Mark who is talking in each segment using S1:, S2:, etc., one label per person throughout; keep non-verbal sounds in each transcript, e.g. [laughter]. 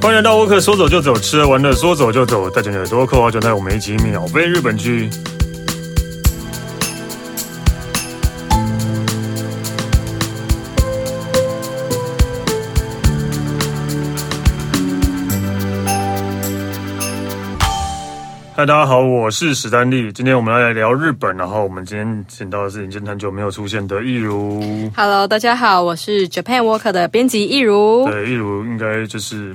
S1: 欢迎来到沃克，说走就走，吃完了说走就走，带着你的耳朵扣好就带我们一起秒飞日本去。嗨，大家好，我是史丹利。今天我们要来聊日本，然后我们今天请到的是已经很久没有出现的易如。
S2: Hello，大家好，我是 Japan Walker 的编辑易如。
S1: 对，易如应该就是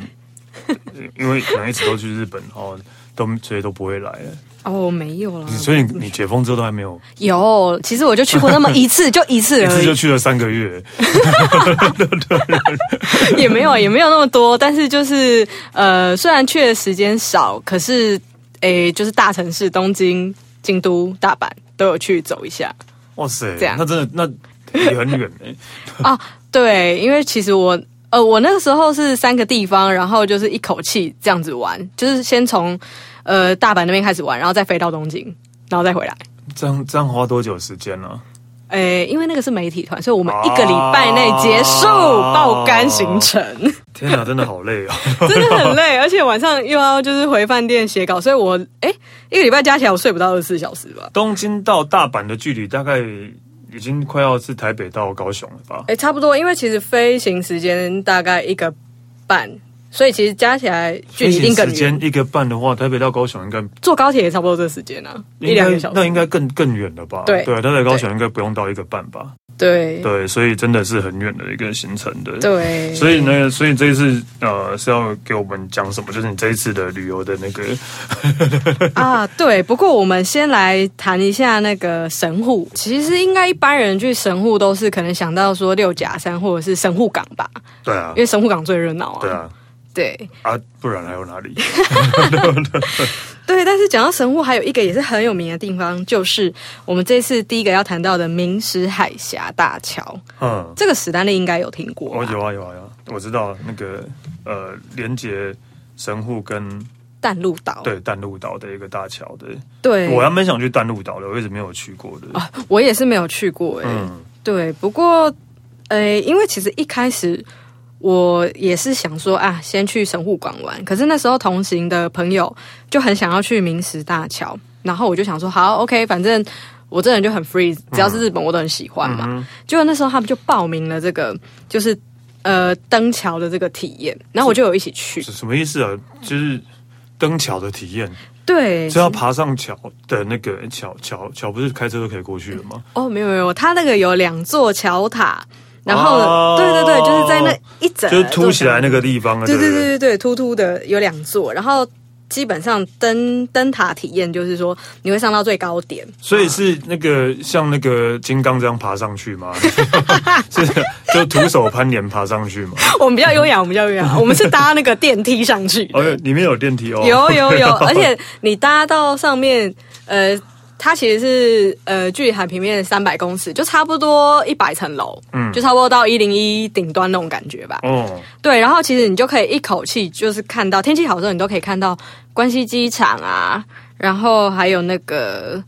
S1: 因为可能一直都去日本哦，都所以都不会来了。
S2: 哦，没有啦，
S1: 所以你你解封之后都还没有，
S2: 有，其实我就去过那么
S1: [laughs]
S2: 一次，就一次
S1: 一
S2: 而
S1: 次就
S2: 已，
S1: 去了三个月，
S2: 也没有，也没有那么多。但是就是呃，虽然去的时间少，可是诶，就是大城市东京、京都、大阪都有去走
S1: [laughs]
S2: 一下。
S1: 哇塞
S2: 这，样
S1: 那真的那也很远哎、
S2: 啊，对，因为其实我呃，我那个时候是三个地方，然后就是一口气这样子玩，就是先从呃大阪那边开始玩，然后再飞到东京，然后再回来。
S1: 这样这样花多久时间呢、啊
S2: 诶，因为那个是媒体团，所以我们一
S1: 哦
S2: 个礼拜内结束
S1: 啊
S2: 爆肝行程，
S1: [laughs] 天哪，真的好
S2: [laughs]
S1: 累哦！
S2: 真的很累，而且晚上又要就是回饭店写稿，所以我诶一个礼拜加起来我睡不到二十四小时吧？
S1: 东京到大阪的距离大概已经快要是台北到高雄了吧？
S2: 诶，差不多，因为其实飞行时间大概一个半，所以其实加起来距离一定
S1: 飞行
S2: 更
S1: 时
S2: 远
S1: 间。一个半的话，台北到高雄应该
S2: 坐高铁也差不多这时间啊，一
S1: 应
S2: 两
S1: 该
S2: 个小
S1: 那
S2: 时。
S1: 应该更更远了吧？
S2: 对
S1: 对，啊台北高雄应该不用到一个半吧？
S2: 对
S1: 对，所以真的是很远的一个行程的。
S2: 对，
S1: 所以呢，所以这一次呃是要给我们讲什么？就是你这一次的旅游的那个
S2: [laughs] 啊，对。不过我们先来谈一下那个神户。其实应该一般人去神户都是可能想到说六甲山或者是神户港吧，
S1: 对啊
S2: 因，为神户港最热闹啊。
S1: 对啊，
S2: 对
S1: 啊，不然还有哪
S2: [laughs]
S1: 里？
S2: 对但是讲到神户，还有一个也是很有名的地方，就是我们这次第一个要谈到的明石海峡大桥。
S1: 嗯，
S2: 这个史丹利应该有听过吧
S1: 哦，有啊，有啊，有啊，我知道那个呃，连接神户跟
S2: 淡路岛。
S1: 对淡路岛的一个大桥的，
S2: 对，
S1: 我还蛮想去淡路岛的，我一直没有去过的。
S2: 啊，我也是没有去过哎、
S1: 嗯，
S2: 对，不过，呃，因为其实一开始我也是想说啊，先去神户港玩，可是那时候同行的朋友就很想要去明石大桥，然后我就想说，好，OK，反正我这人就很 free，只
S1: 嗯
S2: 要是日本我都很喜欢嘛。结果那时候他们就报名了这个，就是呃登桥的这个体验，然后我就有一起去，
S1: 是什么意思啊？就是登桥的体验，
S2: 对，
S1: 是要爬上桥的那个桥桥桥，不是开车就可以过去了吗？
S2: 哦，没有没有，它那个有两座桥塔。然后，
S1: 哦
S2: 对对对，就是在那一整
S1: 就是凸起
S2: 座桥
S1: 来那个地方啊，
S2: 对
S1: 对
S2: 对对对对，突突的有两座，然后基本上灯灯塔体验就是说你会上到最高点， [laughs]
S1: 所以是那个像那个金刚这样爬上去吗？ [laughs] 是就徒手攀岩爬上去
S2: [laughs]
S1: 吗？
S2: 我们比较优雅，我们比较优雅，我们是搭那个电梯上去
S1: [laughs]
S2: 的，
S1: 哦，里面有电梯哦。
S2: 有有
S1: [laughs]
S2: 有，而且你搭到上面，呃。它其实是呃，距离海平面三百公尺，就差不多一百层楼，嗯，就差不多到一零一顶端那种感觉吧。
S1: 哦，
S2: 对，然后其实你就可以一口气就是看到天气好的时候，你都可以看到关西机场啊，然后还有那个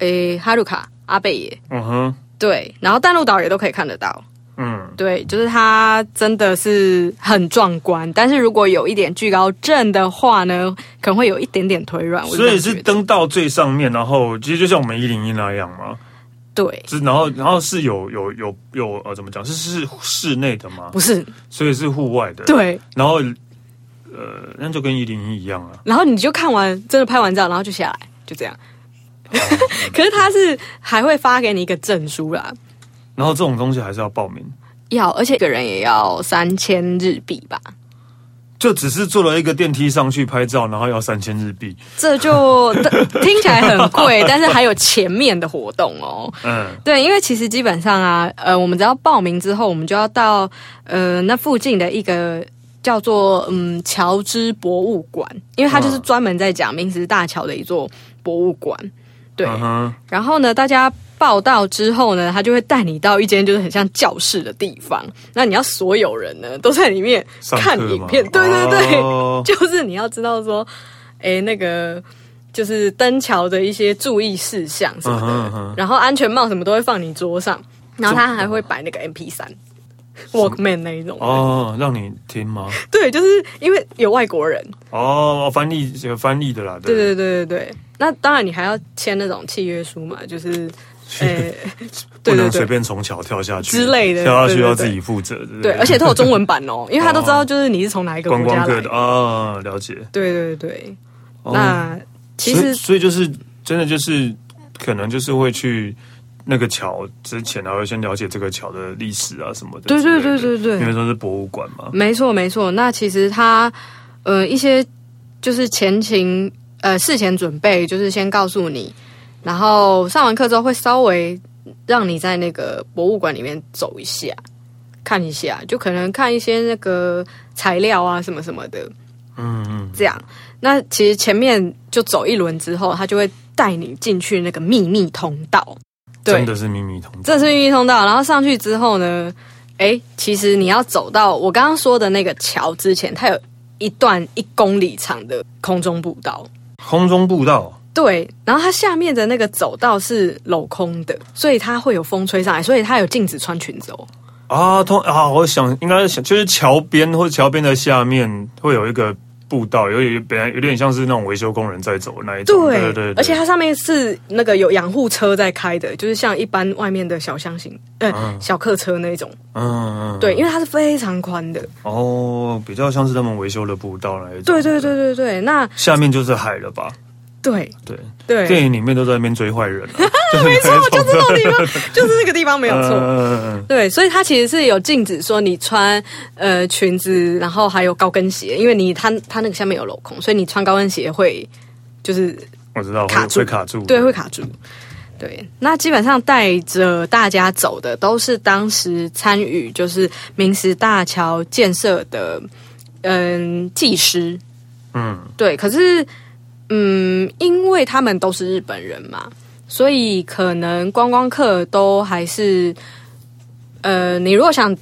S2: 诶哈鲁卡阿贝野，
S1: 嗯哼，
S2: 对，然后淡路岛也都可以看得到。
S1: 嗯，
S2: 对，就是它真的是很壮观，但是如果有一点惧高症的话呢，可能会有一点点腿软。我
S1: 所以
S2: 这样
S1: 是
S2: 觉得
S1: 登到最上面，然后其实就像我们一零一那样嘛，
S2: 对，
S1: 是然后然后是有有有有呃怎么讲是是室内的吗？
S2: 不是
S1: 所以是户外的。，
S2: 对，
S1: 然后呃那就跟一零一一
S2: [laughs]
S1: 样啊。
S2: 然后你就看完真的拍完照，然后就下来，就这样。可是它是还会发给你一个证书啦，
S1: 然后这种东西还是要报名，
S2: 要，而且一个人也要三千日币吧。
S1: 就只是坐了一个电梯上去拍照，然后要三千日币。
S2: 这就 [laughs] 听起来很贵，但是还有前面的活动哦。
S1: 嗯，
S2: 对，因为其实基本上啊，呃，我们只要报名之后，我们就要到呃那附近的一个叫做嗯乔治博物馆，因为它就是专门在讲明石大桥的一座博物馆。对，
S1: 嗯哼，
S2: 然后呢，大家报到之后呢，他就会带你到一间就是很像教室的地方，那你要所有人呢都在里面
S1: 上
S2: 看
S1: 课
S2: 影
S1: 嘛
S2: 片，对对对， [laughs]
S1: 哦
S2: 就是你要知道说，诶，那个就是登桥的一些注意事项什么的，
S1: 嗯哼嗯哼
S2: 然后安全帽什么都会放你桌上，然后他还会摆那个 MP 三。 Walkman 那一种。
S1: 嗯哦，让你听吗？
S2: 对，就是因为有外国人，
S1: 哦，翻译有翻译的啦，
S2: 对对对对对。那当然，你还要签那种契约书嘛，就是，呃、
S1: [laughs] 不
S2: 对对
S1: 能随
S2: 对
S1: 便从桥跳下去
S2: 之类的
S1: 跳下去
S2: 对对
S1: 要
S2: 对
S1: 自己负责，对不
S2: 对，而且都有中文版哦，因为他都知
S1: [laughs]
S2: 道就是你是从哪一个
S1: 观
S2: 国
S1: 光
S2: 家
S1: 客
S2: 来
S1: 的
S2: 的。
S1: 啊，了解。
S2: 对对对，
S1: 哦
S2: 那其
S1: 所以
S2: 实
S1: 所以就是真的就是可能就是会去那个桥之前，然后先了解这个桥的历史啊什么的之
S2: 对
S1: 类
S2: 对
S1: 的。
S2: 对对对
S1: 因为说是博物馆嘛。
S2: 没错，没错。那其实他呃一些就是前情呃事前准备，就是先告诉你，然后上完课之后会稍微让你在那个博物馆里面走一下，看一下，就可能看一些那个材料啊什么什么的，
S1: 嗯嗯，
S2: 这样。那其实前面就走一轮之后，他就会带你进去那个秘密通道。对
S1: 真，的是秘密通道。
S2: 这是秘密通道。然后上去之后呢，哎，其实你要走到我刚刚说的那个桥之前，它有一段一公里长的空中步道。
S1: 空中步道。
S2: 对，然后它下面的那个走道是镂空的，所以它会有风吹上来，所以它有禁止穿裙子哦。
S1: 啊，通啊，我想应该是想就是桥边或者桥边的下面会有一个步道，有有本来有点像是那种维修工人在走的那一种，对对对，
S2: 而且它上面是那个有养护车在开的，就是像一般外面的小箱型，呃，
S1: 啊
S2: 小客车那种。
S1: 嗯嗯，
S2: 对，因为它是非常宽的。
S1: 哦，比较像是他们维修的步道那一种，
S2: 对对，对对对，那
S1: 下面就是海了吧？
S2: 对
S1: 对，
S2: 对，
S1: 电影里面都在那边追坏人、啊，没错，
S2: 就这种地方，就是这个地方 [laughs] 没有错。
S1: [laughs] 嗯，
S2: 对，所以它其实是有禁止说你穿呃裙子，然后还有高跟鞋，因为你它它那个下面有镂空，所以你穿高跟鞋会就是
S1: 我知道会
S2: 卡住
S1: 会卡住，
S2: 对会卡住。对，那基本上带着大家走的都是当时参与就是明石大桥建设的嗯技师，
S1: 嗯，
S2: 对，可是，嗯，因为他们都是日本人嘛，所以可能观光客都还是，呃，你如果想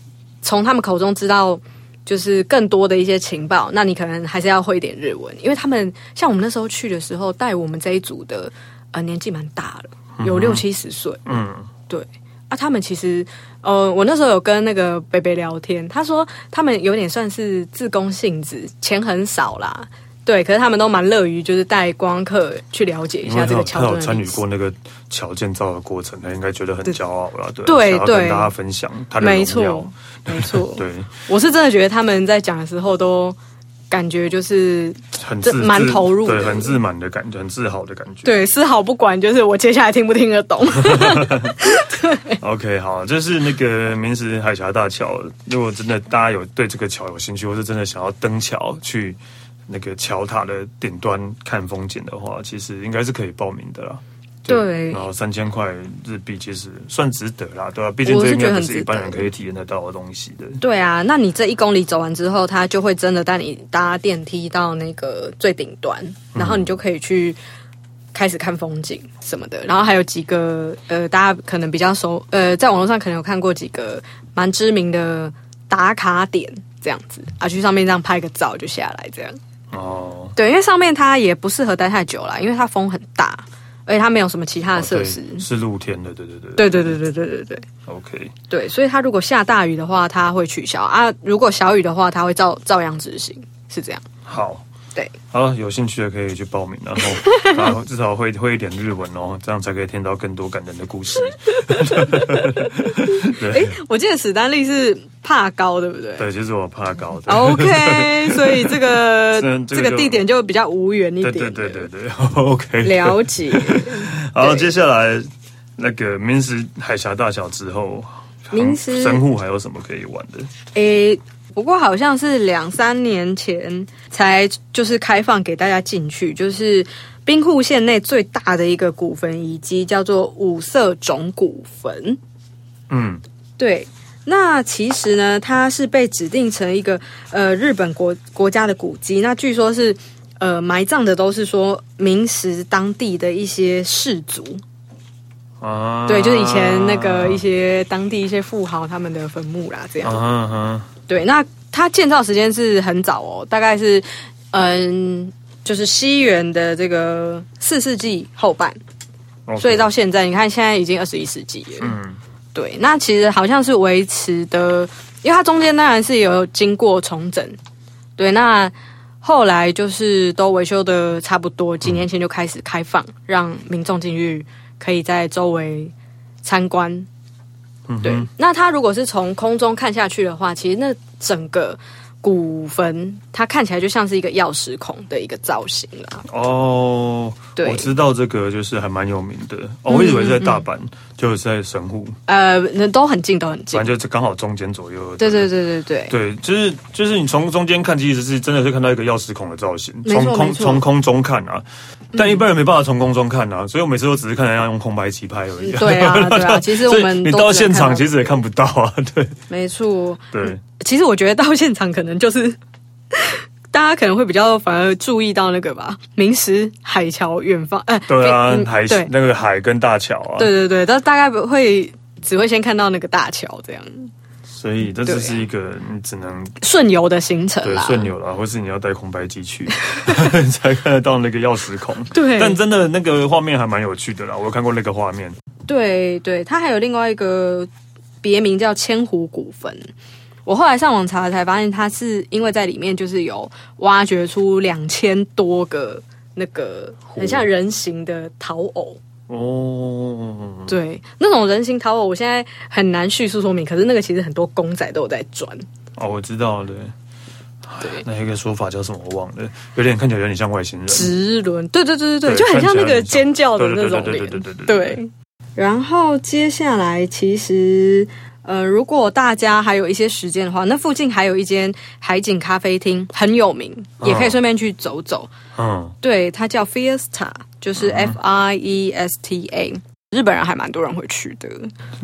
S2: 从他们口中知道就是更多的一些情报，那你可能还是要会一点日文，因为他们像我们那时候去的时候，带我们这一组的，呃，年纪蛮大了，有六七十岁，
S1: 嗯，
S2: 对。啊，他们其实，呃，我那时候有跟那个北北聊天，他说他们有点算是自工性质，钱很少啦，对，可是他们都蛮乐于就是带观光客去了解一
S1: 因为
S2: 下这
S1: 他
S2: 个
S1: 有
S2: 桥
S1: 他有
S2: 墩的
S1: 参
S2: 历
S1: 与
S2: 史。
S1: 过那个桥建造的过程，他应该觉得很骄傲了，对，
S2: 对
S1: 想要
S2: 对
S1: 跟大家分享他的
S2: 没
S1: 荣耀，
S2: 错，没错
S1: [laughs] 对，
S2: 我是真的觉得他们在讲的时候都感觉就是
S1: 很
S2: 这
S1: 自
S2: 蛮
S1: 自
S2: 投入
S1: 对，
S2: 的
S1: 很自满的感觉，很自豪的感觉。
S2: 对丝毫不管，就是我接下来听不听得懂。
S1: OK，好，这是那个明石海峡大桥。如果真的大家有对这个桥有兴趣，或是真的想要登桥去那个桥塔的顶端看风景的话，其实应该是可以报名的啦。
S2: 对
S1: 然后三千块日币其实算值得啦，对吧、啊毕竟
S2: 我
S1: 这
S2: 是
S1: 应该
S2: 觉得
S1: 不
S2: 很
S1: 是一
S2: 值
S1: 般
S2: 得
S1: 人可以体验得到的东西的。
S2: 对啊，那你这一公里走完之后，他就会真的带你搭电梯到那个最顶端，然后你就可以去开始看风景什么的。然后还有几个呃，大家可能比较熟，呃，在网络上可能有看过几个蛮知名的打卡点，这样子啊，去上面这样拍个照就下来这样。
S1: 哦，
S2: 对，因为上面它也不适合待太久啦，因为它风很大，而且它没有什么其他的
S1: 哦
S2: 设
S1: 对
S2: 施。
S1: 是露天的，对对对。
S2: 对对对对对对对。
S1: OK，
S2: 对，所以它如果下大雨的话，它会取消啊；如果小雨的话，它会照照样执行，是这样。
S1: 好。
S2: 对，
S1: 好了，有兴趣的可以去报名，然后 [laughs] 然后至少会会一点日文哦，这样才可以听到更多感人的故
S2: [laughs]
S1: 事。
S2: 我记得史丹利是怕高，对不对？
S1: 对，其实我怕高的。
S2: 哦 OK，所以这个
S1: 这这
S2: 这
S1: 个
S2: 个
S1: 就
S2: 地点就比较无缘
S1: [laughs]
S2: 一
S1: 对
S2: 点。
S1: 对对对对 [laughs] ，OK。
S2: 了解。
S1: 好，
S2: 对
S1: 接下来那个明石海峡大桥之后，
S2: 明石
S1: 神户还有什么可以玩的？
S2: 诶、不过好像是两三年前才就是开放给大家进去，就是兵库县内最大的一个古坟遗迹，叫做五色冢古坟。
S1: 嗯，
S2: 对，那其实呢，它是被指定成一个呃日本国国家的古迹。那据说是呃埋葬的都是说明时当地的一些士族，
S1: 啊，
S2: 对，就是以前那个一些当地一些富豪他们的坟墓啦，这样。
S1: 啊哈，
S2: 对，那它建造时间是很早哦，大概是嗯。就是西元的这个四世纪后半，
S1: OK
S2: 所以到现在，你看现在已经二十一世纪了。
S1: 嗯
S2: 对，那其实好像是维持的，因因为它中间当然是有经过重整，对，那后来就是都维修的差不多，几年前就开始开放，让民众进去可以在周围参观。
S1: 嗯哼
S2: 对，那它如果是从空中看下去的话，其实那整个古坟它看起来就像是一个钥匙孔的一个造型啦。
S1: 哦，
S2: 对
S1: 我知道这个就是还蛮有名的。哦，我以为是在大
S2: 嗯
S1: 阪，就是在神户，
S2: 呃，那都很近，都很近
S1: 反正。就是刚好中间左右。
S2: 对对对对对，
S1: 对，就是就是你从中间看，其实是真的是看到一个钥匙孔的造型，
S2: 没错
S1: 从空
S2: 没错嗯
S1: 从空中看啊，但一般人没办法从空中看啊，所以我每次都只是看人家用空白机拍 [laughs] 而已、
S2: 嗯对啊对啊其实我们
S1: 所以你到
S2: 都只能
S1: 现
S2: 看
S1: 场
S2: 到
S1: 其实也看不到啊，对
S2: 没错。 [laughs]
S1: 对，
S2: 其实我觉得到现场可能就是大家可能会比较反而注意到那个吧，明石海桥远方，呃，
S1: 对啊
S2: 嗯，
S1: 海
S2: 对
S1: 那个海跟大桥啊，
S2: 对对对，但大概不会只会先看到那个大桥这样
S1: 所以这只是一个你只能
S2: 顺游的行程
S1: 对
S2: 啦，
S1: 顺流啦，或是你要带空白机去 [laughs] 才看得到那个钥匙孔。
S2: [laughs] 对
S1: 但真的那个画面还蛮有趣的啦，我有看过那个画面。
S2: 对对，它还有另外一个别名叫千湖古坟。我后来上网查才发现，它是因为在里面就是有挖掘出两千多个那个很像人形的陶偶，
S1: 哦，
S2: 对，那种人形陶偶，我现在很难叙述说明。可是那个其实很多公仔都有在转，
S1: 哦，我知道了。
S2: 对，
S1: 那一个说法叫什么？我忘了，有点看起来有点像外星人。
S2: 直轮，对对对对对，
S1: 对
S2: 就很像那个
S1: 看起来很
S2: 尖
S1: 像
S2: 叫的那种
S1: 对
S2: 脸
S1: 对对对对，对对对
S2: 对。然后接下来其实。呃，如果大家还有一些时间的话，那附近还有一间海景咖啡厅很有名，也可以
S1: 哦
S2: 顺便去走走。
S1: 嗯，
S2: 对，它叫 Fiesta，就是
S1: 啊
S2: F I E S T A，、日本人还蛮多人会去的。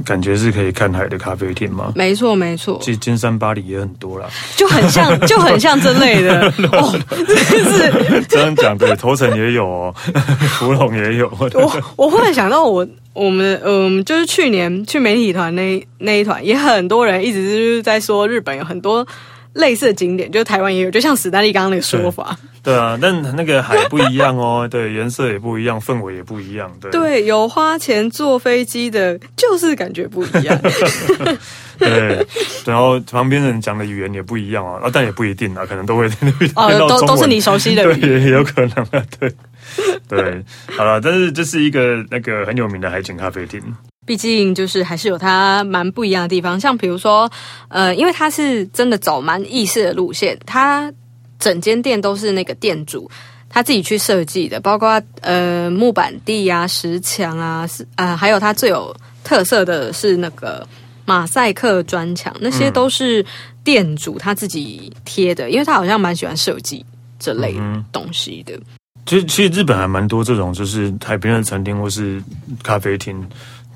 S1: 感觉是可以看海的咖啡厅吗？
S2: 没错，没错。
S1: 其实金山巴黎也很多
S2: [laughs]
S1: 啦，
S2: 就很像，就很像这类的
S1: [laughs]
S2: 哦，真是
S1: 这样讲对，头城也有哦， [laughs] 芙蓉也有，
S2: [laughs] 我我忽然想到我我们嗯，就是去年去媒体团那那一团，也很多人一直就是在说日本有很多类似的景点，就是台湾也有，就像史丹利刚刚那个说法，
S1: 对啊，但那个海不一样哦，对，颜色也不一样，氛围也不一样，对，
S2: 对，有花钱坐飞机的，就是感觉不一
S1: [laughs]
S2: 样，
S1: 对，然后旁边人讲的语言也不一样啊，啊，但也不一定啊，可能都会遇到
S2: [laughs]
S1: 中
S2: 哦，都
S1: 文
S2: 都是你熟悉的
S1: [laughs] 对，
S2: 语言。
S1: 也有可能啊，对。对，好了，但是这是一个那个很有名的海景咖啡厅，
S2: 毕竟就是还是有它蛮不一样的地方，像比如说，呃，因为它是真的走蛮意式的路线，它整间店都是那个店主他自己去设计的，包括呃木板地啊、石墙啊，是呃，还有它最有特色的是那个马赛克砖墙，那些都是店主他自己贴的，因为他好像蛮喜欢设计这类
S1: 嗯哼
S2: 东西的。
S1: 其实其实日本还蛮多这种，就是海边的餐厅或是咖啡厅，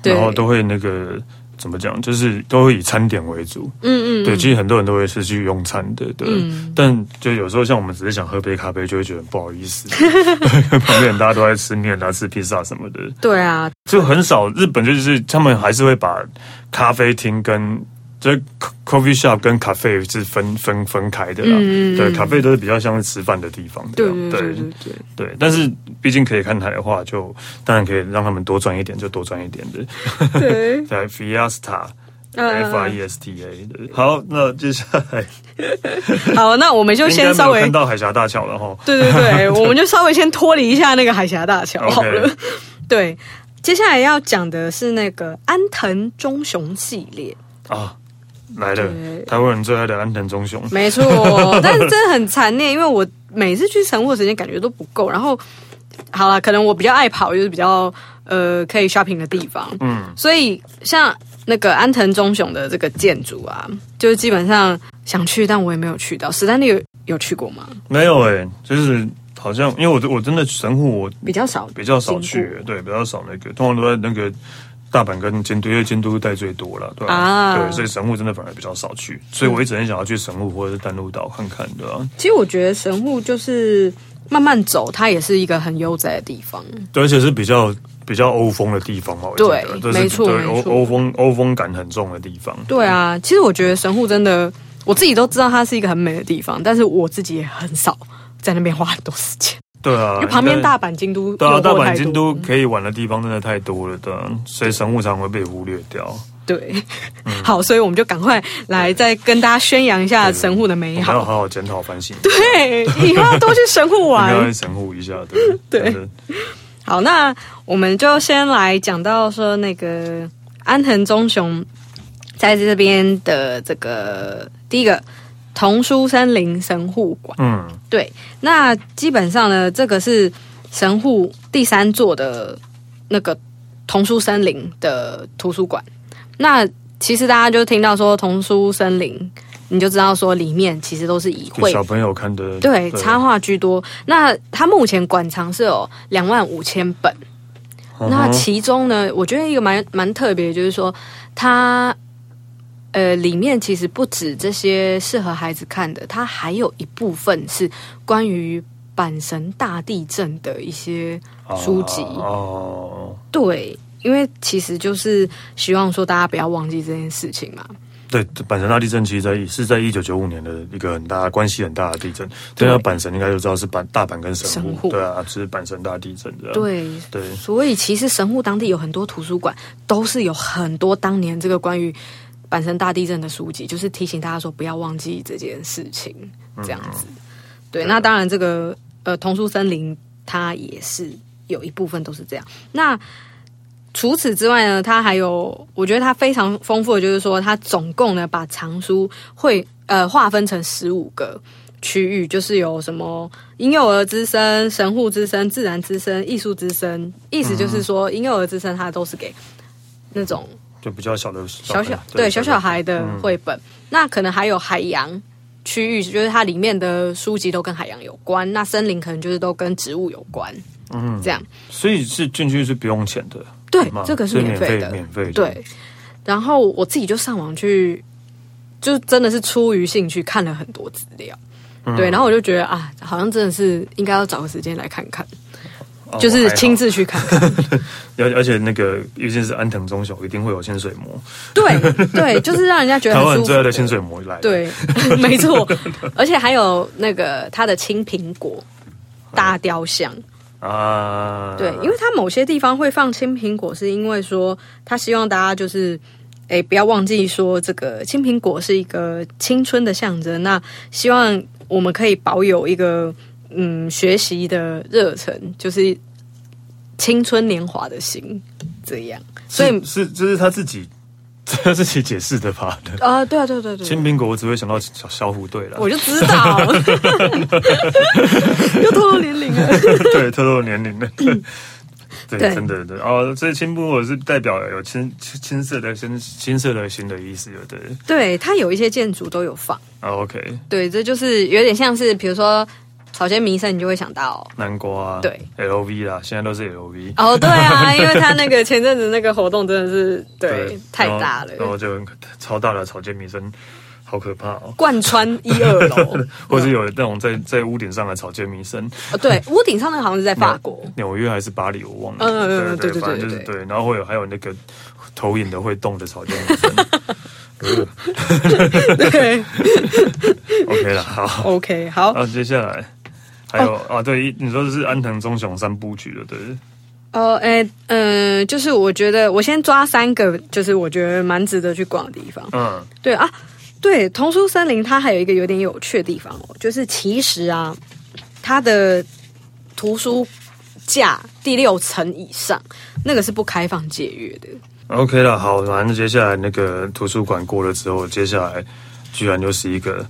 S2: 对
S1: 然后都会那个怎么讲，就是都会以餐点为主。
S2: 嗯嗯，
S1: 对，
S2: 嗯
S1: 其实很多人都会是去用餐的，对。
S2: 嗯
S1: 但就有时候像我们只是想喝杯咖啡，就会觉得很不好意
S2: [laughs]
S1: 思，旁边大家都在吃面啊、吃披萨什么的，
S2: 对啊，
S1: 就很少。日本就是他们还是会把咖啡厅跟就是 coffee shop 跟咖啡是分分分开的啦。
S2: 嗯嗯嗯
S1: 对，咖啡都是比较像是吃饭的地方这
S2: 对
S1: 样。
S2: 对对对对。
S1: 对，但是毕竟可以看台的话，就当然可以让他们多赚一点，就多赚一点的。
S2: [laughs]
S1: [laughs]
S2: 对，
S1: 对，Fiesta。
S2: 嗯
S1: F I E S T A 的好，那接下来
S2: 好，那我们就
S1: 应该
S2: 先
S1: 没
S2: 稍
S1: 有
S2: 微
S1: 看到海峡大桥了哈。
S2: 对对
S1: [laughs]
S2: 对，我们就稍微先脱离一下那个海峡大桥
S1: OK
S2: 好了。对，接下来要讲的是那个安藤忠雄系列，
S1: 啊，来了
S2: 对，
S1: 台湾人最爱的安藤忠雄。[laughs]
S2: 没错，但是真的很残念，因为我每次去神户的时间感觉都不够。然后，好了，可能我比较爱跑，就是比较呃可以 shopping 的地方，
S1: 嗯，
S2: 所以像那个安藤忠雄的这个建筑啊，就是基本上想去，但我也没有去到。史丹利有有去过吗？
S1: 没有诶、就是好像因为我我真的神户我
S2: 比较少，
S1: 比较少
S2: 经
S1: 去，对，比较少那个，通常都在那个大阪跟京都，因为京都带最多了，对吧、
S2: 啊
S1: 对，所以神户真的反而比较少去，所以我一直很想要去神户或者是丹路岛看看，对吧、
S2: 其实我觉得神户就是慢慢走，它也是一个很悠哉的地方。
S1: 对，而且是比较比较欧风的地方嘛，我记得这
S2: 对
S1: 是
S2: 没错
S1: 对
S2: 没
S1: 欧
S2: 错
S1: 欧风欧风感很重的地方，
S2: 对啊，其实我觉得神户真的，我自己都知道它是一个很美的地方，但是我自己也很少在那边花很多时间，
S1: 对啊，
S2: 因为旁边
S1: 应该
S2: 大阪、京都
S1: 对啊，
S2: 诱惑
S1: 大
S2: 太
S1: 阪、
S2: 多
S1: 京都可以玩的地方真的太多了，对啊、所以神户常会被忽略掉。
S2: 对， [laughs] 好，所以我们就赶快来再跟大家宣扬一下啊神户的
S1: 嗯我
S2: 美
S1: 们要
S2: 好。
S1: 好好检讨反省，
S2: 对，以后多去神户
S1: [laughs] 应该
S2: 玩。
S1: 神户一下，对
S2: [laughs]
S1: 真
S2: 对
S1: 的
S2: 好，那我们就先来讲到说那个安藤忠雄在这边的这个第一个童书森林神户馆。
S1: 嗯，
S2: 对，那基本上呢，这个是神户第三座的那个童书森林的图书馆。那其实大家就听到说童书森林，你就知道说里面其实都是以
S1: 给
S2: 绘
S1: 小朋友看的，嗯
S2: 对插画居多。那它目前馆藏是有两万五千本。
S1: 嗯哼
S2: 那其中呢，我觉得一个蛮蛮特别，就是说它呃里面其实不止这些适合孩子看的，它还有一部分是关于阪神大地震的一些书籍。
S1: 哦，
S2: 对，因为其实就是希望说大家不要忘记这件事情嘛。
S1: 对，阪神大地震其实在是在一九九五年的一个很大关系很大的地震，
S2: 对
S1: 对啊，阪神应该就知道是阪大阪跟神户，
S2: 神户
S1: 对啊，就是阪神大地震这样，
S2: 对。
S1: 对，
S2: 所以，其实神户当地有很多图书馆，都是有很多当年这个关于阪神大地震的书籍，就是提醒大家说不要忘记这件事情，这样子。对，那当然这个呃童书森林它也是有一部分都是这样。那除此之外呢，它还有我觉得它非常丰富的就是说，它总共呢把藏书会呃划分成十五个。区域就是有什么婴幼儿之声、神户之声、自然之声、艺术之声，意思就是说，婴幼儿之声它都是给那种
S1: 就比较小的
S2: 小小
S1: 嗯
S2: 对小小，孩的绘本，那可能还有海洋区域，就是它里面的书籍都跟海洋有关。那森林可能就是都跟植物有关，嗯，这样
S1: 所以是进去是不用钱的
S2: 对
S1: 嘛，，
S2: 这个是
S1: 免
S2: 免费的，
S1: 免费的，
S2: 对。然后我自己就上网去，就真的是出于兴趣看了很多资料，
S1: 嗯
S2: 对，然后我就觉得啊，好像真的是应该要找个时间来看看，
S1: 哦，
S2: 就是
S1: 还
S2: 亲
S1: 好。
S2: 自去看看。 [laughs]
S1: 而而且那个，尤其是安藤忠雄，一定会有清水模，
S2: 对对，就是让人家觉得
S1: 台
S2: 很
S1: 湾
S2: 舒
S1: 人
S2: 服
S1: 最爱的
S2: 的
S1: 清水模来了，
S2: 对， [laughs] 没错，而且还有那个它的青苹果大雕像，
S1: 啊，
S2: 对，因为它某些地方会放青苹果，是因为说它希望大家就是。诶，不要忘记说，这个青苹果是一个青春的象征。那希望我们可以保有一个嗯学习的热忱，就是青春年华的心，这样。所以
S1: 是是这是他自己 [laughs] 他自己解释的吧？对
S2: 啊、对啊，对啊对啊对啊，
S1: 青苹果我只会想到小小虎队了
S2: 我，就知道，又透露年龄了。
S1: [laughs] 对，透露年龄了。对，
S2: 嗯对
S1: 真的对哦，所以青苹果是代表有青青青色的青青色的心的意思，有对。
S2: 对，它有一些建筑都有放。
S1: 啊，OK，
S2: 对，这就是有点像是，比如说草间弥生，你就会想到。
S1: 南瓜啊，
S2: 对
S1: ，LV 啦，现在都是 LV，
S2: 哦，
S1: [laughs]
S2: 对啊，因为他那个前阵子那个活动真的是对太大
S1: 然后然后
S2: 了，
S1: 就很可超大的草间弥生，好可怕哦。
S2: 贯穿一二
S1: [laughs]
S2: 楼。
S1: 或者是有那种在在屋顶上的草间弥生，
S2: 哦，对，屋顶上那个好像是在法
S1: [laughs]
S2: 国。
S1: 纽约还是巴黎，我忘了。
S2: 嗯嗯嗯
S1: 对
S2: 对对
S1: 反正就
S2: 对
S1: 是
S2: 对
S1: 对。然后会有还有那个投影的会动的草间弥生。 [laughs] 呃
S2: 对
S1: OK 了，好。
S2: ，OK，好，
S1: 然后啊接下
S2: 哦
S1: 来还有啊，对，一你说的是安藤忠雄三部曲的，对，
S2: 哦，哎，嗯，就是我觉得我先抓三个，就是我觉得蛮值得去逛的地方。
S1: 嗯，
S2: 对啊，对，童书森林它还有一个有点有趣的地方哦，就是其实啊，它的图书架第六层以上那个是不开放借阅
S1: [laughs]
S2: 的。
S1: OK 了，好，反正接下来那个图书馆过了之后，接下来居然又是一个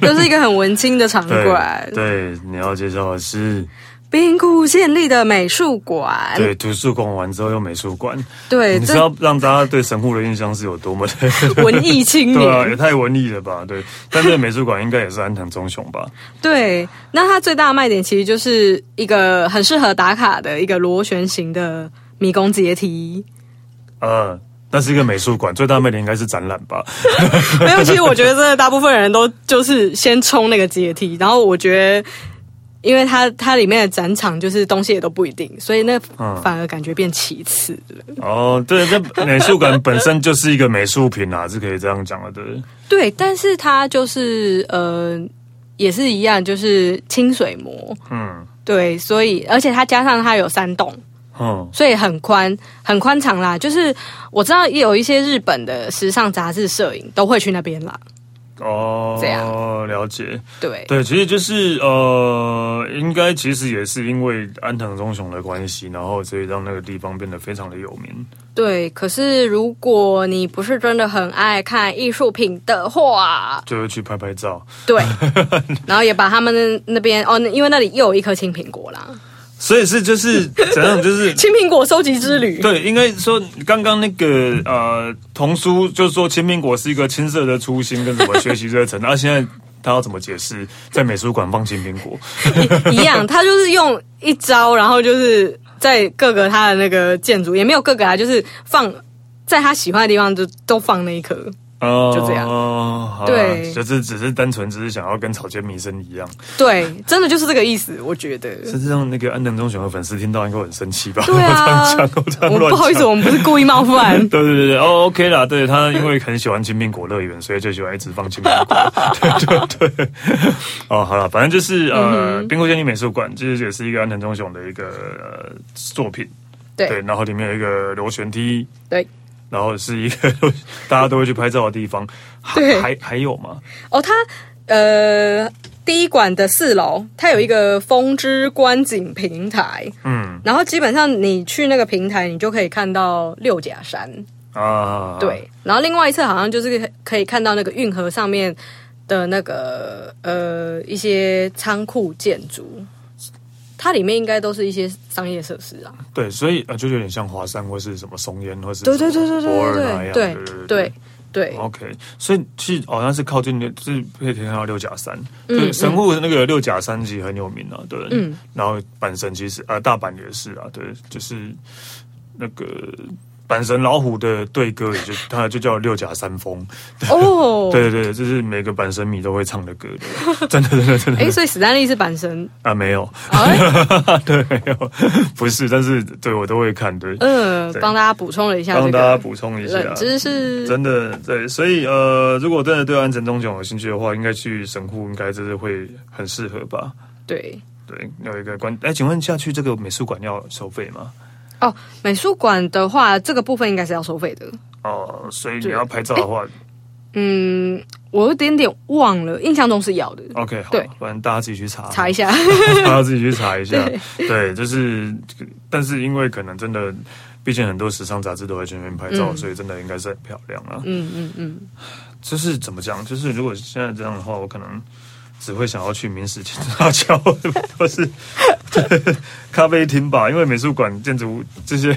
S2: 就是一个很文青的场
S1: 对
S2: 馆。
S1: 对，你要介绍的是
S2: 冰库建立的美术馆，
S1: 对图书馆完之后又美术馆，
S2: 哎对，
S1: 你知
S2: 这
S1: 道让大家对神户的印象是有多
S2: [laughs]
S1: 么的
S2: 文艺
S1: [laughs]
S2: 青
S1: 对啊，
S2: 年，
S1: 也太文艺了吧？对，但这个美术馆应该也是安藤忠雄吧？
S2: 对。那它最大的卖点其实就是一个很适合打卡的一个螺旋形的迷宫阶梯。 [laughs]
S1: 呃，那是一个美术馆，最大魅力应该是展览吧？
S2: 没有，其实我觉得真的大部分人都就是先冲那个阶梯，然后我觉得。因为它它里面的展场就是东西也都不一定，所以那
S1: 嗯
S2: 反而感觉变其次了。
S1: 哦，对，这美术馆本身就是一个美术品啊，是可以这样讲的，对。
S2: 对，但是它就是呃，也是一样，就是清水模，
S1: 嗯
S2: 对，所以而且它加上它有三栋，
S1: 嗯，
S2: 所以很宽很宽敞啦。就是我知道也有一些日本的时尚杂志摄影都会去那边啦。
S1: 哦，
S2: 这
S1: 了解。
S2: 对，
S1: 对，其实就是呃，应该其实也是因为安藤忠雄的关系，然后所以让那个地方变得非常的有名。
S2: 对，可是如果你不是真的很爱看艺术品的话，
S1: 就会去拍拍照，
S2: 对，然后也把他们那边哦，因为那里又有一颗青苹果啦，
S1: 所以是就是怎样，就是
S2: [laughs] 青苹果收集之旅。
S1: 对，应该说刚刚那个呃，童书就是说青苹果是一个青涩的初心跟什么学习热忱，那、啊现在他要怎么解释在美术馆放青苹果？
S2: 一样，他就是用一招，然后就是在各个他的那个建筑，也没有各个啊，就是放在他喜欢的地方就都放那一颗。
S1: 哦
S2: 就这样
S1: 哦，好啦
S2: 对
S1: 就是只是单纯只是想要跟草间弥生一样，
S2: 对，真的就是这个意思，我觉得。
S1: 甚至让那个安藤忠雄的粉丝听到应该会很生气吧？
S2: 对
S1: [laughs]
S2: 啊
S1: [laughs] 我这样讲，我这样
S2: 我们
S1: 乱
S2: 不好意思，
S1: 讲。
S2: 我们不是故意冒犯
S1: [laughs] 对对对对，哦，OK 啦，对他因为很喜欢金苹果乐园，所以就喜欢一直放金苹果。对
S2: [laughs]
S1: 对对，哦，好了，反正就是
S2: 嗯
S1: 呃，冰库县立美术馆其实也是一个安藤忠雄的一个、呃、作品，对，
S2: 对
S1: 然后里面有一个螺旋梯，
S2: 对，
S1: 然后是一个 [laughs] 大家都会去拍照的地方，还
S2: 对
S1: 还还有吗？
S2: 哦，他呃，第一馆的四楼，它有一个风之观景平台，
S1: 嗯
S2: 然后基本上你去那个平台，你就可以看到六甲山。
S1: 啊，
S2: 对，然后另外一侧好像就是可以看到那个运河上面的那个呃一些仓库建筑，它里面应该都是一些商业设施啊。
S1: 对，所以呃，就有点像华山或是什么松烟或是
S2: 对对对
S1: 什么
S2: 对
S1: 博尔那
S2: 对
S1: 样，
S2: 对
S1: 对
S2: 对对对
S1: OK，所以去好像是靠近六，就是可以看到六甲山，
S2: 嗯
S1: 对，
S2: 嗯
S1: 神户那个六甲山其实很有名啊，对，
S2: 嗯，
S1: 然后阪神其实呃大阪也是啊，对，就是那个阪神老虎的队歌，也就它就叫六甲山风，
S2: 哦，
S1: 对对对，这是每个阪神迷都会唱的歌，对真的真的真的
S2: 哎，所以史丹利是阪神，
S1: 啊，没有，
S2: 哎，
S1: [laughs] 对，没有，不是，但是对我都会看，对，
S2: 嗯
S1: 对，
S2: 帮大家补充了一下
S1: 帮大
S2: 这
S1: 家
S2: 个
S1: 补充一下
S2: 冷，知识，
S1: 真的对，所以呃，如果真的对安城中雄有兴趣的话，应该去神户，应该真的会很适合吧？
S2: 对。
S1: 对，有一个关，哎，请问下去这个美术馆要收费吗？
S2: 哦，美术馆的话，这个部分应该是要收费的。
S1: 哦、所以你
S2: 对
S1: 要拍照的话
S2: 嗯，我有点点忘了，印象中是要的，
S1: ，OK，好
S2: 对，
S1: 反正大家自己去查，
S2: 查一下。
S1: [laughs] 大家自己去查一下。对，就是，但是因为可能真的，毕竟很多时尚杂志都会去那边拍照，
S2: 嗯
S1: 所以真的应该是很漂亮啊。
S2: 嗯嗯嗯，
S1: 就是怎么讲？就是如果现在这样的话，我可能只会想要去明史清大桥或是 [laughs] 咖啡厅吧，因为美术馆、建筑这些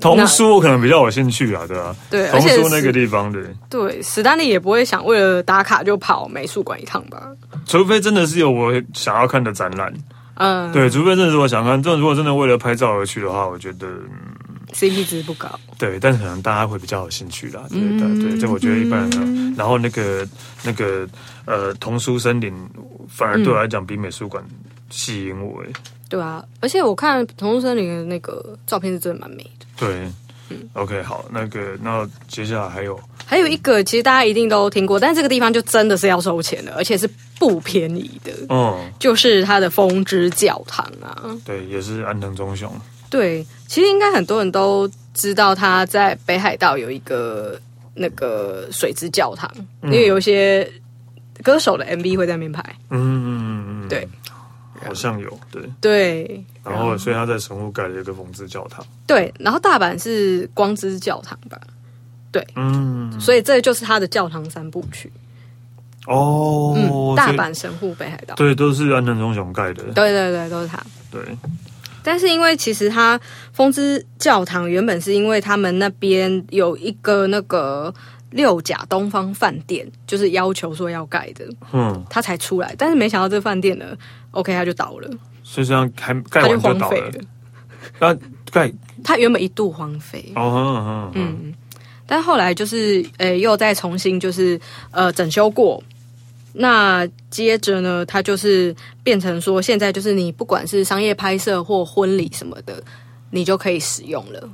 S1: 童书，我可能比较有兴趣啊，对吧、
S2: 对
S1: 童
S2: 而且
S1: 书那个
S2: 是
S1: 地方，对，
S2: [laughs] 对，史丹利也不会想为了打卡就跑美术馆一趟吧？
S1: 除非真的是有我想要看的展览，
S2: 嗯，
S1: 对，除非真的是我想看。这种如果真的为了拍照而去的话，我觉得。嗯
S2: ，CP 值不高。
S1: 对，但是可能大家会比较有兴趣啦，对对、
S2: 嗯
S1: 对，这我觉得一般人呢。然后那个那个呃，童书森林反而对我来讲比美术馆吸引我诶。欸
S2: 对啊，而且我看《童书森林》的那个照片是真的蛮美的。
S1: 对、o
S2: 嗯
S1: k 好，那个那接下来还有
S2: 还有一个，其实大家一定都听过，但这个地方就真的是要收钱的，而且是不便宜的，
S1: 嗯，
S2: 就是它的风之教堂啊。
S1: 对，也是安藤忠雄，
S2: 对，其实应该很多人都知道，它在北海道有一个那个水之教堂，因为有一些歌手的 MV 会在那边拍。
S1: 嗯，嗯嗯嗯
S2: 对，
S1: 好像有对。
S2: 对，
S1: 然后所以他在神户盖了一个风之教堂，
S2: 对，然后大阪是光之教堂吧，
S1: 嗯，
S2: 所以这就是它的教堂三部曲。
S1: 哦，
S2: 嗯，大
S1: 所以
S2: 阪、神户、北海道，
S1: 对，都是安藤忠雄盖的，
S2: 对对对，都是它。
S1: 对，
S2: 但是因为其实它风之教堂原本是因为他们那边有一个那个六甲东方饭店，就是要求说要盖的，
S1: 嗯，
S2: 它才出来。但是没想到这个饭店呢，OK，它就倒了，
S1: 所以这样还盖
S2: 它就
S1: 完就
S2: 荒
S1: 倒
S2: 废
S1: 了
S2: 了，。
S1: 那盖
S2: 它原本一度荒废，
S1: 哦，嗯嗯嗯，
S2: 嗯，但后来就是呃又再重新就是呃整修过。那接着呢，它就是变成说，现在就是你不管是商业拍摄或婚礼什么的，你就可以使用了。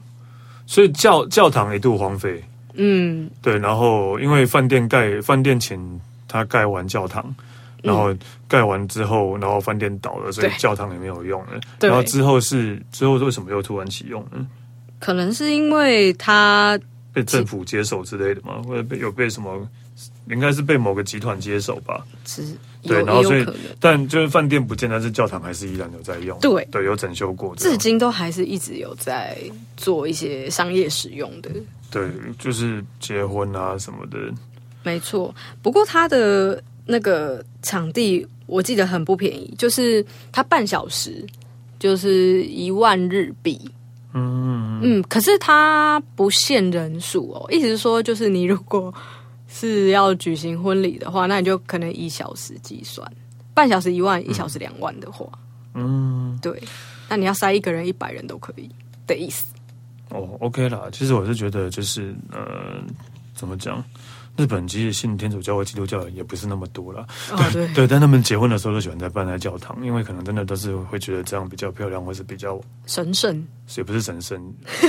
S1: 所以教教堂一度荒废，
S2: 嗯，
S1: 对，然后因为饭店盖饭店请他盖完教堂，然后盖完之后，然后饭店倒了，所以
S2: 嗯对
S1: 教堂也没有用了。
S2: 对
S1: 然后之后是之后为什么又突然启用呢？
S2: 可能是因为它
S1: 被政府接手之类的吗？或者被有被什么？应该是被某个集团接手吧。
S2: 只有
S1: 对，
S2: 也
S1: 然后
S2: 有
S1: 所以
S2: 可能，
S1: 但就是饭店不见，但是教堂还是依然有在用。
S2: 对
S1: 对，啊有整修过这
S2: 至
S1: 样。
S2: 今都还是一直有在做一些商业使用的。
S1: 对，就是结婚啊什么的。
S2: 没错，不过它的那个场地我记得很不便宜，就是它半小时就是一万日币。
S1: 嗯，
S2: 嗯，可是它不限人数哦，意思是说，就是你如果是要举行婚礼的话，那你就可能以小时计算，半小时一万，一小时两万的话，嗯，对，那你要塞一个人一百人都可以的意思。
S1: 哦，OK 啦。其实我是觉得，就是呃，怎么讲？日本其实信天主教和基督教也不是那么多啦。
S2: 哦，对，
S1: 对，但他们结婚的时候都喜欢在办在教堂，因为可能真的都是会觉得这样比较漂亮，或是比较
S2: 神圣
S1: 也不是神圣， [laughs]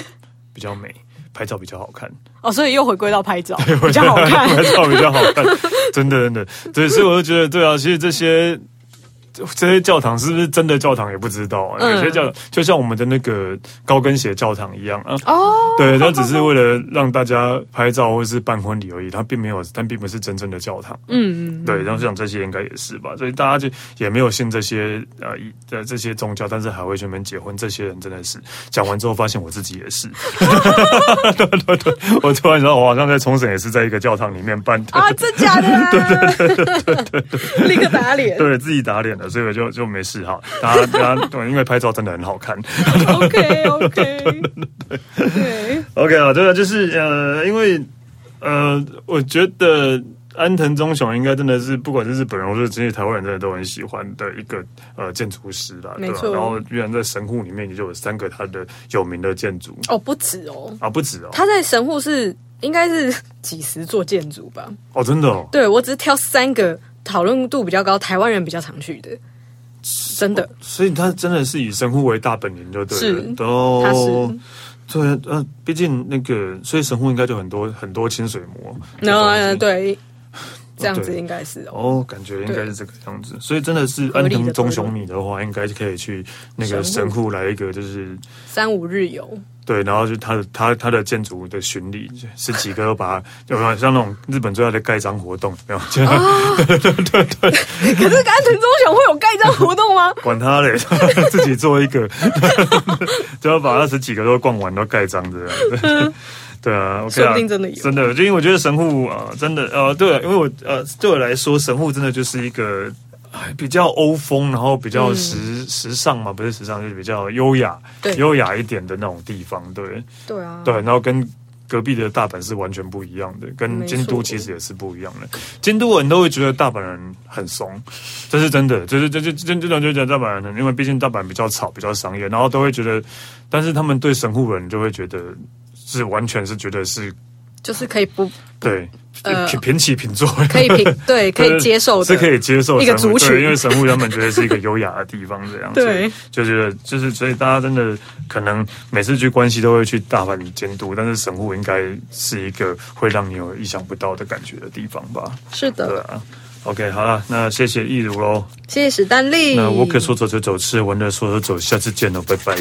S1: 比较美，拍照比较好看，
S2: 哦，所以又回归到拍照 [laughs] 比较好看。
S1: 拍照比较好看，真的真的，对，所以我就觉得，对啊，其实这些这些教堂是不是真的教堂也不知道、啊，
S2: 嗯
S1: 有些教就像我们的那个高跟鞋教堂一样啊，
S2: 哦，
S1: 对，它只是为了让大家拍照或是办婚礼而已，它并没有，但并不是真正的教堂。
S2: 嗯，嗯
S1: 对，然后像这些应该也是吧，所以大家就也没有信这些呃一呃这些宗教，但是还会去那边结婚，这些人真的是讲完之后发现我自己也是，对对对，我突然想到我好像在冲绳也是在一个教堂里面办的。
S2: 啊，真假的啦，对对对对，立刻打脸。
S1: 对自己打脸了，所以我就就没事哈。大家大家对，因为拍照真的很好看。
S2: OK OK，对，
S1: OK 啊，对啊，就是呃，因为呃，我觉得安藤忠雄应该真的是不管是日本人或者这些台湾人，真的都很喜欢的一个呃建筑师啦，对
S2: 没
S1: 吧、
S2: 错
S1: 然后居然在神户里面也就有三个他的有名的建筑
S2: 哦，不止哦，
S1: 啊，不止哦，
S2: 他在神户是应该是几十座建筑吧？
S1: 哦，真的哦，
S2: 对我只是挑三个讨论度比较高，台湾人比较常去的，真的
S1: 所以他真的是以神户为大本营，就对了
S2: 是，
S1: 都
S2: 他是
S1: 对，呃，毕竟那个，所以神户应该就很多很多清水模，
S2: 然
S1: 这种东
S2: 后
S1: 西
S2: 呃对，这样子
S1: 对
S2: 应该是哦，
S1: 哦，感觉应该是这个样子，所以真的是安
S2: 合理
S1: 藤
S2: 的
S1: 忠雄米的话，应该是可以去那个
S2: 神
S1: 神
S2: 户
S1: 户来一个，就是
S2: 三五日游，
S1: 对，然后就他的他他的建筑的巡礼，十几个都把 [laughs] 它，有没有像那种日本最大的盖章活动，有没有？就
S2: [laughs] 可是安藤忠雄会有盖章活动吗？
S1: 管他嘞， [laughs] 自己做一个， [laughs] 就要把二十几个都逛完，都盖章这样 [laughs] 子。对啊，OK
S2: 说
S1: 啊，
S2: 不定真的有
S1: 真的，就因为我觉得神户啊、呃真的呃，对、啊，因为我呃，对我来说，神户真的就是一个哎比较欧风，然后比较时、时尚嘛，不是时尚，就是比较优雅
S2: 嗯对、
S1: 优雅一点的那种地方，对
S2: 对啊，
S1: 对，然后跟。隔壁的大阪是完全不一样的，跟
S2: 没
S1: 京都
S2: 错
S1: 其实也是不一样的。京都人都会觉得大阪人很怂，这是真的，就是这这这这种就讲大阪人，因为毕竟大阪比较吵，比较商业，然后都会觉得，但是他们对神户人就会觉得是完全是觉得是
S2: 就是可以不
S1: 对，
S2: 呃
S1: 平平起平坐，
S2: 可以平
S1: [laughs]
S2: 对可以接受
S1: 是可
S2: 的，
S1: 以接受
S2: 一个
S1: 神户
S2: 族群
S1: 对因为神户他们觉得是一个优雅的地方，这样
S2: 对，
S1: 所以就觉得就是所以大家真的可能每次去关西都会去大阪监督，但是神户应该是一个会让你有意想不到的感觉的地方吧？
S2: 是
S1: 对
S2: 的，
S1: 啊。OK，好了，那谢谢易如喽。
S2: 谢谢史丹利。
S1: 那我可说走就走，吃完了说走走，下次见喽，拜拜。